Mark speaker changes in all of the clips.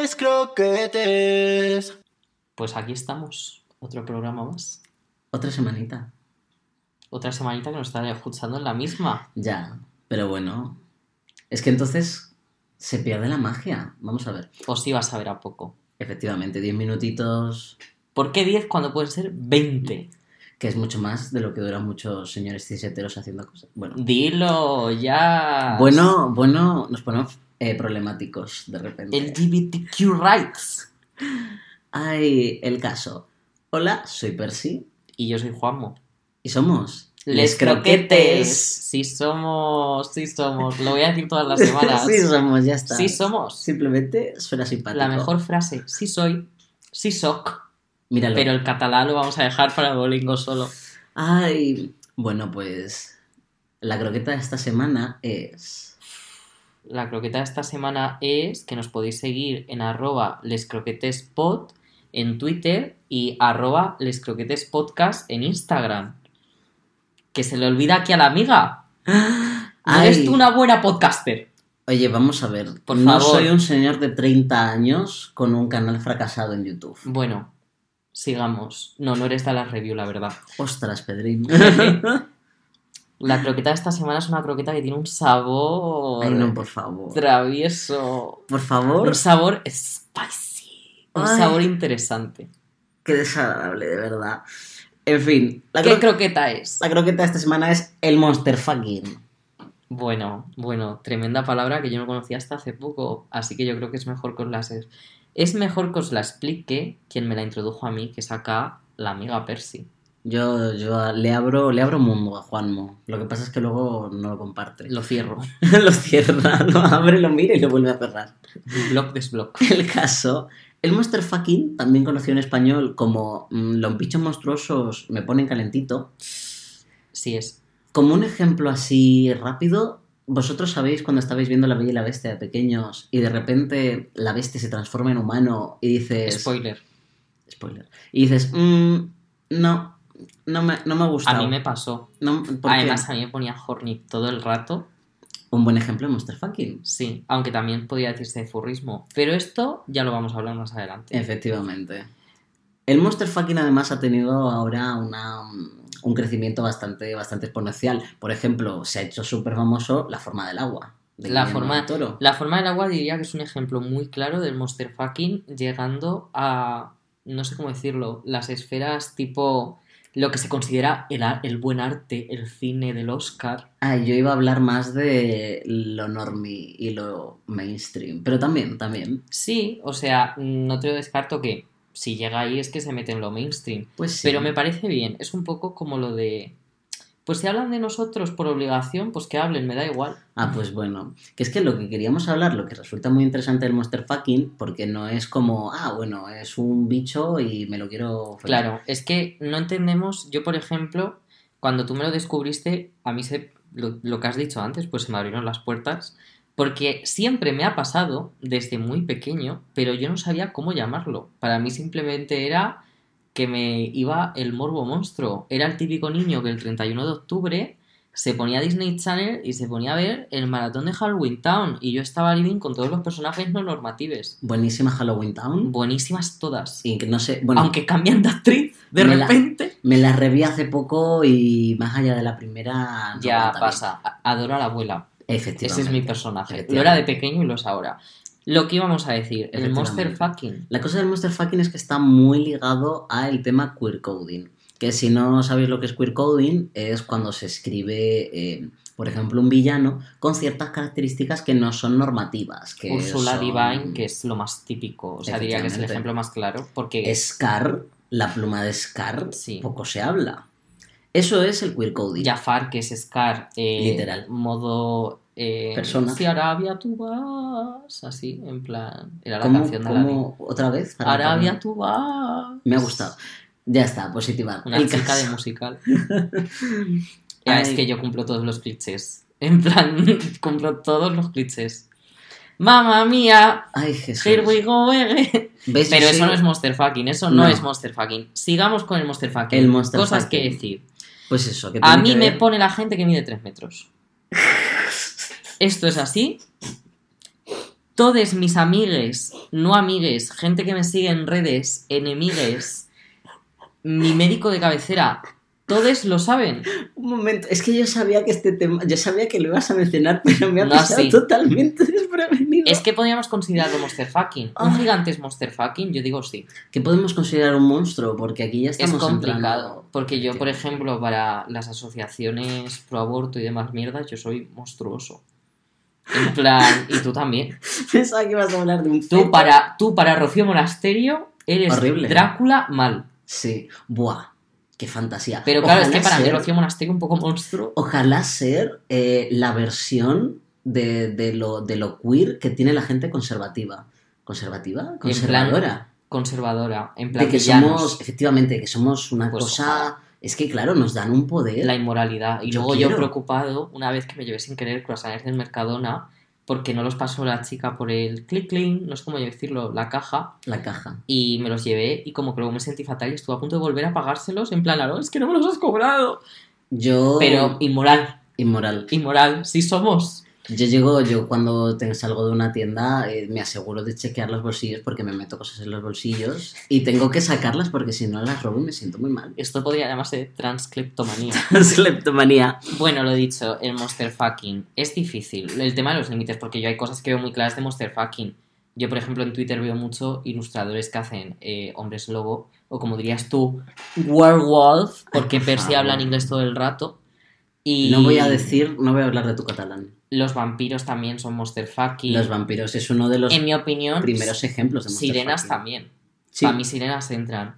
Speaker 1: mis croquetes.
Speaker 2: Pues aquí estamos, otro programa más.
Speaker 3: Otra semanita.
Speaker 2: Otra semanita que nos están escuchando en la misma.
Speaker 3: Ya, pero bueno. Es que entonces se pierde la magia. Vamos a ver.
Speaker 2: O si vas a ver a poco.
Speaker 3: Efectivamente, 10 minutitos,
Speaker 2: ¿Por qué 10 cuando pueden ser 20?
Speaker 3: que es mucho más de lo que duran muchos señores ciseteros haciendo cosas. Bueno,
Speaker 2: Dilo, ya.
Speaker 3: bueno, bueno, nos ponemos eh, problemáticos de repente.
Speaker 2: LGBTQ rights.
Speaker 3: Ay, el caso. Hola, soy Percy
Speaker 2: Y yo soy Juanmo.
Speaker 3: y somos
Speaker 2: Les croquetes. Sí somos, sí somos. Lo voy a decir todas las semanas.
Speaker 3: sí, somos, ya está.
Speaker 2: Sí somos.
Speaker 3: Simplemente suena simpático.
Speaker 2: La mejor frase. Sí soy. Sí soc.
Speaker 3: Míralo.
Speaker 2: Pero el catalán lo vamos a dejar para Duolingo solo.
Speaker 3: Ay, bueno, pues la croqueta de esta semana es...
Speaker 2: La croqueta de esta semana es que nos podéis seguir en arroba lescroquetespod en Twitter y arroba lescroquetespodcast en Instagram. Que se le olvida aquí a la amiga. No
Speaker 3: Ay,
Speaker 2: Ah, eres tú una buena podcaster.
Speaker 3: Oye, vamos a ver.
Speaker 2: Por
Speaker 3: no
Speaker 2: favor.
Speaker 3: soy un señor de 30 años con un canal fracasado en YouTube.
Speaker 2: Bueno, sigamos. No, no eres de la review, la verdad.
Speaker 3: Ostras, Pedrín.
Speaker 2: La croqueta de esta semana es una croqueta que tiene un sabor
Speaker 3: Ay, no, por favor.
Speaker 2: travieso.
Speaker 3: Por favor,
Speaker 2: Un sabor spicy. Un
Speaker 3: Ay.
Speaker 2: sabor interesante.
Speaker 3: qué desagradable, de verdad. En fin, la,
Speaker 2: ¿Qué
Speaker 3: cro-
Speaker 2: croqueta es?
Speaker 3: la croqueta de esta semana es el monster fucking.
Speaker 2: Bueno, bueno, tremenda palabra que yo no conocía hasta hace poco, así que yo creo que es mejor que os la se- Es mejor que os la explique quien me la introdujo a mí, que es acá la amiga Percy.
Speaker 3: Yo, yo le abro, le abro mundo a Juanmo. Lo que pasa es que luego no lo comparte.
Speaker 2: Lo cierro.
Speaker 3: lo cierra, lo abre, lo mira y lo vuelve a cerrar.
Speaker 2: Block desblock.
Speaker 3: El caso, el Monster Fucking, también conocido en español como mm, Los bichos monstruosos me ponen calentito,
Speaker 2: Sí es.
Speaker 3: como un ejemplo así rápido, vosotros sabéis cuando estabais viendo La Bella y la Bestia de pequeños y de repente la bestia se transforma en humano y dices...
Speaker 2: Spoiler.
Speaker 3: Spoiler. Y dices, "Mm, no, no me, no me ha
Speaker 2: A
Speaker 3: gustado.
Speaker 2: mí me pasó.
Speaker 3: No, ¿por qué?
Speaker 2: Además, a mí me ponía horny todo el rato.
Speaker 3: Un buen ejemplo es Monster Fucking.
Speaker 2: Sí, aunque también podía decirse de furrismo. Pero esto ya lo vamos a hablar más adelante.
Speaker 3: Efectivamente. El Monster Fucking además ha tenido ahora una, mm, un crecimiento bastante, bastante exponencial. Por ejemplo, se ha hecho súper famoso la forma del agua. de
Speaker 2: La
Speaker 3: Guillermo
Speaker 2: forma-
Speaker 3: del toro.
Speaker 2: La forma del agua diría que es un ejemplo muy claro del monster fucking llegando a, no sé cómo decirlo, las esferas tipo lo que se considera el, ar- el buen arte, el cine del Oscar.
Speaker 3: Ah, yo iba a hablar más de lo normie y lo mainstream. Pero también, también.
Speaker 2: Sí, o sea, no te lo descarto que si llega ahí es que se mete en lo mainstream.
Speaker 3: Pues sí.
Speaker 2: Pero me parece bien, es un poco como lo de... Pues si hablan de nosotros por obligación, pues que hablen, me da igual.
Speaker 3: Ah, pues bueno. Que es que lo que queríamos hablar, lo que resulta muy interesante del Monster Fucking, porque no es como, ah, bueno, es un bicho y me lo quiero... follar".
Speaker 2: Claro, es que no entendemos, yo por ejemplo, cuando tú me lo descubriste, a mí se, lo, lo que has dicho antes, pues se me abrieron las puertas, porque siempre me ha pasado desde muy pequeño, pero yo no sabía cómo llamarlo. Para mí simplemente era que me iba el morbo monstruo. Era el típico niño que el 31 de octubre se ponía a Disney Channel y se ponía a ver el maratón de Halloween Town y yo estaba living con todos los personajes no normatives.
Speaker 3: Buenísima Halloween Town.
Speaker 2: Buenísimas todas.
Speaker 3: Y que no sé, bueno,
Speaker 2: Aunque cambian de actriz de
Speaker 3: Me la-
Speaker 2: repente.
Speaker 3: me la reví hace poco y más allá de la primera... no
Speaker 2: Ya
Speaker 3: aguanta
Speaker 2: pasa. A- Adoro a la abuela.
Speaker 3: bien.
Speaker 2: Ese
Speaker 3: Efectivamente.
Speaker 2: es mi personaje. Lo
Speaker 3: Efectivamente.
Speaker 2: era de pequeño y lo es ahora. Lo que íbamos a decir, el
Speaker 3: Efectivamente.
Speaker 2: monster fucking.
Speaker 3: La cosa del Monster Fucking es que está muy ligado al tema queer coding. Que si no sabéis lo que es queer coding, es cuando se escribe, eh, por ejemplo, un villano con ciertas características que no son normativas. Que
Speaker 2: Úrsula
Speaker 3: son-
Speaker 2: Divine, que es lo más típico. O sea, diría que es el
Speaker 3: Efectivamente.
Speaker 2: ejemplo más claro. Porque
Speaker 3: Scar, la pluma de Scar,
Speaker 2: Sí.
Speaker 3: poco se habla. Eso es el queer coding.
Speaker 2: Jafar, que es Scar, eh,
Speaker 3: Literal.
Speaker 2: modo. eh,
Speaker 3: Persona.
Speaker 2: Si Arabia tú vas. Así, en plan. Era la
Speaker 3: ¿Cómo-
Speaker 2: canción de Aladdin.
Speaker 3: cómo- otra vez?
Speaker 2: Arabia tú vas.
Speaker 3: Me ha gustado. Ya está, positivar.
Speaker 2: Una
Speaker 3: El
Speaker 2: chica
Speaker 3: caso.
Speaker 2: de musical. Ya, es
Speaker 3: Ay.
Speaker 2: que yo cumplo todos los clichés. En plan, cumplo todos los clichés. Mamma mía,
Speaker 3: Ay, Jesús.
Speaker 2: here we go again.
Speaker 3: ¿Ves? Yo
Speaker 2: Pero eso
Speaker 3: soy-
Speaker 2: no es monster fucking, eso no,
Speaker 3: No.
Speaker 2: es monster fucking. Sigamos con el monster fucking.
Speaker 3: El monster
Speaker 2: Cosas
Speaker 3: fucking.
Speaker 2: que decir.
Speaker 3: Pues eso, que
Speaker 2: A
Speaker 3: tiene
Speaker 2: mí
Speaker 3: que
Speaker 2: me
Speaker 3: ver-
Speaker 2: pone la gente que mide 3 metros. Esto es así. todos mis amigues, no amigues, gente que me sigue en redes, enemigues, mi médico de cabecera, todos lo saben.
Speaker 3: Un momento, es que yo sabía que este tema, yo sabía que lo ibas a mencionar, pero me ha
Speaker 2: No,
Speaker 3: pasado
Speaker 2: sí.
Speaker 3: totalmente desprevenido.
Speaker 2: Es que podríamos considerarlo monster fucking. ¿Un
Speaker 3: Ah.
Speaker 2: gigante es monster fucking? Yo digo sí.
Speaker 3: que podemos considerar un monstruo, porque aquí ya
Speaker 2: Es
Speaker 3: estamos
Speaker 2: complicado.
Speaker 3: entrando-
Speaker 2: Porque yo, por ejemplo, para las asociaciones pro aborto y demás mierdas, yo soy monstruoso. En plan, y tú también.
Speaker 3: Pensaba que ibas a hablar de un
Speaker 2: Tú
Speaker 3: feto.
Speaker 2: para, tú para Rocío Monasterio eres
Speaker 3: Horrible.
Speaker 2: Drácula mal.
Speaker 3: Sí. Buah, qué fantasía.
Speaker 2: Pero claro, es que para mí
Speaker 3: ser,
Speaker 2: Rocío Monasterio un poco monstruo.
Speaker 3: Ojalá ser eh, la versión de, de lo, de lo queer que tiene la gente conservativa. ¿Conservativa? Conservadora.
Speaker 2: Conservadora. En plan,
Speaker 3: De que
Speaker 2: villanos,
Speaker 3: somos, efectivamente, que somos una
Speaker 2: Pues
Speaker 3: cosa. Es que, claro, nos dan un poder.
Speaker 2: la inmoralidad. Y
Speaker 3: Yo
Speaker 2: luego yo
Speaker 3: quiero.
Speaker 2: preocupado, una vez que me llevé sin querer croissants del Mercadona, porque no los pasó la chica por el click click, no sé cómo decirlo, la caja.
Speaker 3: la caja.
Speaker 2: Y me los llevé y como que luego me sentí fatal y estuve a punto de volver a pagárselos en plan, "Aro, es que no me los has cobrado.
Speaker 3: Yo.
Speaker 2: Pero inmoral,
Speaker 3: Inmoral.
Speaker 2: inmoral, sí somos.
Speaker 3: Yo llego, yo cuando te- salgo de una tienda eh, me aseguro de chequear los bolsillos porque me meto cosas en los bolsillos y tengo que sacarlas porque si no las robo y me siento muy mal.
Speaker 2: Esto podría llamarse transcleptomanía.
Speaker 3: Es leptomanía.
Speaker 2: bueno, lo dicho, el monster fucking es difícil. El tema de los límites, porque yo hay cosas que veo muy claras de monster fucking. Yo, por ejemplo, en Twitter veo mucho ilustradores que hacen eh, hombres lobo, o como dirías tú, werewolf, porque
Speaker 3: por
Speaker 2: Percy
Speaker 3: favor.
Speaker 2: habla en inglés todo el rato. Y
Speaker 3: No voy a decir, no voy a hablar de tu catalán.
Speaker 2: Los vampiros también son monster fucking.
Speaker 3: Los vampiros es uno de los
Speaker 2: en mi opinión,
Speaker 3: primeros ejemplos de monster
Speaker 2: Em, sirenas
Speaker 3: fucking.
Speaker 2: también.
Speaker 3: Sí.
Speaker 2: Para mí sirenas entran.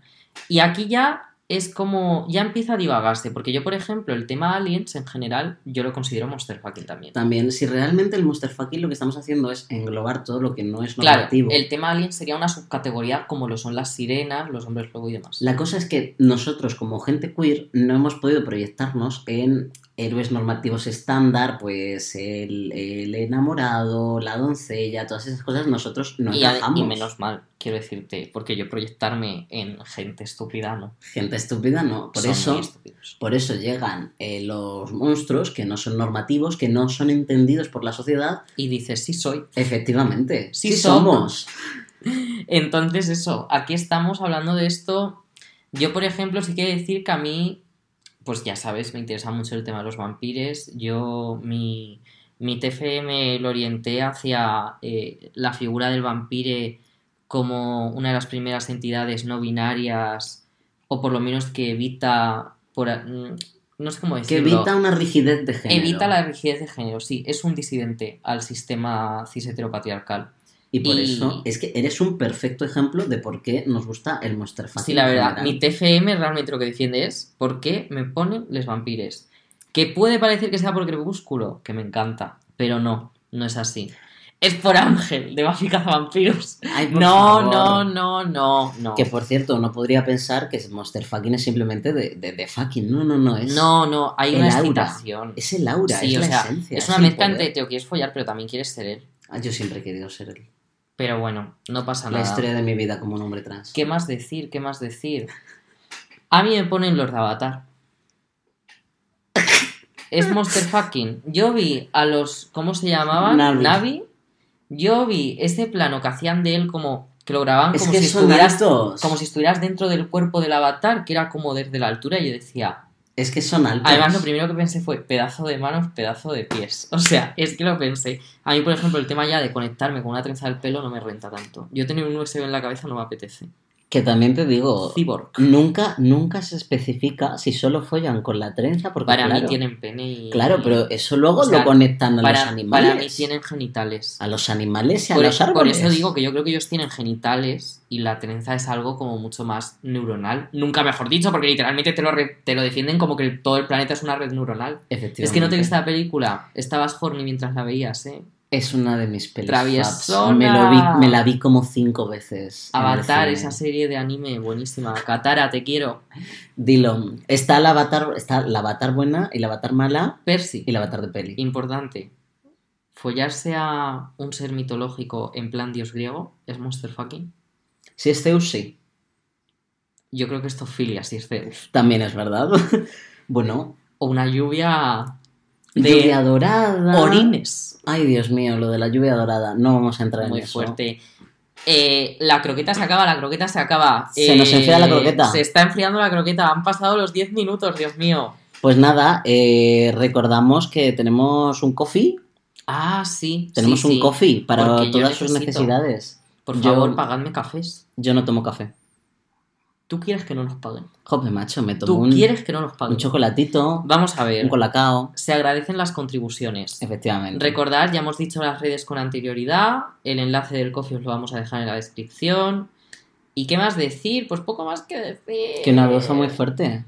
Speaker 2: Y aquí ya es como, ya empieza a divagarse, porque yo, por ejemplo, el tema aliens en general, yo lo considero monster fucking también.
Speaker 3: También, si realmente el monster fucking lo que estamos haciendo es englobar todo lo que no es
Speaker 2: Claro,
Speaker 3: normativo.
Speaker 2: el tema alien sería una subcategoría como lo son las sirenas, los hombres lobo y demás.
Speaker 3: La cosa es que nosotros, como gente queer, no hemos podido proyectarnos en héroes normativos estándar, pues el, el enamorado, la doncella, todas esas cosas, nosotros no
Speaker 2: y, a-
Speaker 3: encajamos.
Speaker 2: y menos mal, quiero decirte, porque yo proyectarme en gente estúpida no.
Speaker 3: Gente estúpida, no. Por
Speaker 2: Son
Speaker 3: eso,
Speaker 2: muy estúpidos.
Speaker 3: por eso llegan eh, los monstruos que no son normativos, que no son entendidos por la sociedad.
Speaker 2: Y dices, sí soy.
Speaker 3: Efectivamente,
Speaker 2: Sí
Speaker 3: sí,
Speaker 2: somos.
Speaker 3: somos.
Speaker 2: Entonces, eso, aquí estamos hablando de esto. Yo, por ejemplo, sí que decir que a mí, pues ya sabes, me interesa mucho el tema de los vampires. Yo, mi, mi TFM lo orienté hacia eh, la figura del vampire como una de las primeras entidades no binarias, o por lo menos que evita, por, a- mm, no sé cómo
Speaker 3: Que
Speaker 2: decirlo.
Speaker 3: evita una rigidez de género.
Speaker 2: Evita la rigidez de género, sí, es un disidente al sistema cis heteropatriarcal.
Speaker 3: Y por
Speaker 2: y-
Speaker 3: eso es que eres un perfecto ejemplo de por qué nos gusta el monster fucking.
Speaker 2: Sí, la
Speaker 3: en
Speaker 2: verdad,
Speaker 3: general.
Speaker 2: mi TFM realmente lo que defiende es por qué me ponen les vampires. Que puede parecer que sea por Crepúsculo, que me encanta, pero no, no es así. Es por Ángel, de Buffy Cazavampiros.
Speaker 3: Ay, por
Speaker 2: No,
Speaker 3: favor.
Speaker 2: no, no, no, no.
Speaker 3: Que por cierto, uno podría pensar que Monster Fucking es simplemente de, de- de fucking. No, no, no. Es,
Speaker 2: No, no, hay
Speaker 3: pues, el
Speaker 2: una
Speaker 3: aura.
Speaker 2: excitación.
Speaker 3: es el aura,
Speaker 2: Sí,
Speaker 3: es
Speaker 2: o
Speaker 3: la
Speaker 2: sea,
Speaker 3: esencia.
Speaker 2: es una
Speaker 3: el
Speaker 2: mezcla
Speaker 3: poder.
Speaker 2: entre te lo quieres follar, pero también quieres ser él.
Speaker 3: Ah, yo siempre he querido ser él.
Speaker 2: Pero bueno, no pasa
Speaker 3: La
Speaker 2: nada.
Speaker 3: historia de mi vida como un hombre trans.
Speaker 2: ¿Qué más decir? ¿Qué más decir? A mí me ponen los de Avatar. Es Monster Fucking. Yo vi a los. ¿Cómo se llamaban?
Speaker 3: Navi.
Speaker 2: Yo vi ese plano que hacían de él como. Que lo grababan
Speaker 3: Es
Speaker 2: como
Speaker 3: que
Speaker 2: si
Speaker 3: son
Speaker 2: estuvieras.
Speaker 3: altos.
Speaker 2: Como si estuvieras dentro del cuerpo del avatar, que era como desde la altura, y yo decía.
Speaker 3: Es que son altos.
Speaker 2: Además, lo primero que pensé fue pedazo de manos, pedazo de pies. O sea, es que lo pensé. A mí, por ejemplo, el tema ya de conectarme con una trenza del pelo no me renta tanto. Yo tener un USB en la cabeza no me apetece.
Speaker 3: Que también te digo.
Speaker 2: Cyborg.
Speaker 3: Nunca, nunca se especifica si solo follan con la trenza porque
Speaker 2: Para
Speaker 3: claro,
Speaker 2: mí tienen pene y...
Speaker 3: claro, pero eso luego
Speaker 2: O sea,
Speaker 3: lo conectan a
Speaker 2: para,
Speaker 3: los animales.
Speaker 2: para mí tienen genitales.
Speaker 3: A los animales y a
Speaker 2: Por, e,
Speaker 3: los
Speaker 2: por
Speaker 3: árboles.
Speaker 2: eso digo que yo creo que ellos tienen genitales y la trenza es algo como mucho más neuronal. Nunca mejor dicho, porque literalmente te lo, re- te lo defienden como que el- todo el planeta es una red neuronal.
Speaker 3: Efectivamente.
Speaker 2: Es que no te viste la película. Estabas horny mientras la veías, ¿eh?
Speaker 3: Es una de mis pelis
Speaker 2: Traviesona.
Speaker 3: faps. Me, lo vi- me la vi como cinco veces. en el
Speaker 2: Avatar,
Speaker 3: cine.
Speaker 2: esa serie de anime buenísima. Katara, te quiero.
Speaker 3: Dilo. Está el avatar, está la avatar buena, el avatar mala
Speaker 2: Percy.
Speaker 3: y el avatar de peli.
Speaker 2: Importante. Follarse a un ser mitológico en plan dios griego es monster fucking.
Speaker 3: Si es Zeus, sí.
Speaker 2: Yo creo que esto filia, si es Zeus.
Speaker 3: También es verdad. bueno,
Speaker 2: O una lluvia de
Speaker 3: Lluvia dorada.
Speaker 2: orines.
Speaker 3: Ay, Dios mío, lo de la lluvia dorada. No vamos a entrar
Speaker 2: Muy
Speaker 3: en eso.
Speaker 2: fuerte. Eh, la croqueta se acaba, la croqueta se acaba.
Speaker 3: Se nos
Speaker 2: Eh,
Speaker 3: enfría la croqueta.
Speaker 2: Se está enfriando la croqueta. Han pasado los 10 minutos, Dios mío.
Speaker 3: Pues nada, eh, recordamos que tenemos un coffee.
Speaker 2: Ah, sí.
Speaker 3: Tenemos
Speaker 2: sí,
Speaker 3: un
Speaker 2: sí.
Speaker 3: coffee para
Speaker 2: Porque yo
Speaker 3: todas sus
Speaker 2: necesito.
Speaker 3: necesidades.
Speaker 2: Por
Speaker 3: Yo-
Speaker 2: favor, pagadme cafés.
Speaker 3: Yo no tomo café.
Speaker 2: Tú quieres que no nos paguen.
Speaker 3: Jope, macho, me tomo
Speaker 2: Tú
Speaker 3: un,
Speaker 2: quieres que no nos
Speaker 3: un
Speaker 2: paguen.
Speaker 3: chocolatito,
Speaker 2: Vamos a ver.
Speaker 3: un colacao.
Speaker 2: Se agradecen las contribuciones.
Speaker 3: Efectivamente.
Speaker 2: Recordad, ya hemos dicho las redes con anterioridad. El enlace del coffee os lo vamos a dejar en la descripción. ¿Y qué más decir? Pues poco más que decir.
Speaker 3: que un abrazo muy fuerte.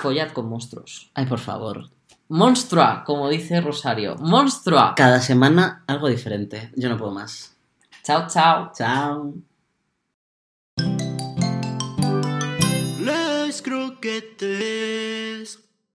Speaker 2: Follad con monstruos.
Speaker 3: Ay, por favor.
Speaker 2: Monstrua, como dice Rosario. Monstrua.
Speaker 3: Cada semana algo diferente. Yo no puedo más.
Speaker 2: Chao, chao.
Speaker 3: Chao.
Speaker 1: Les croquettes.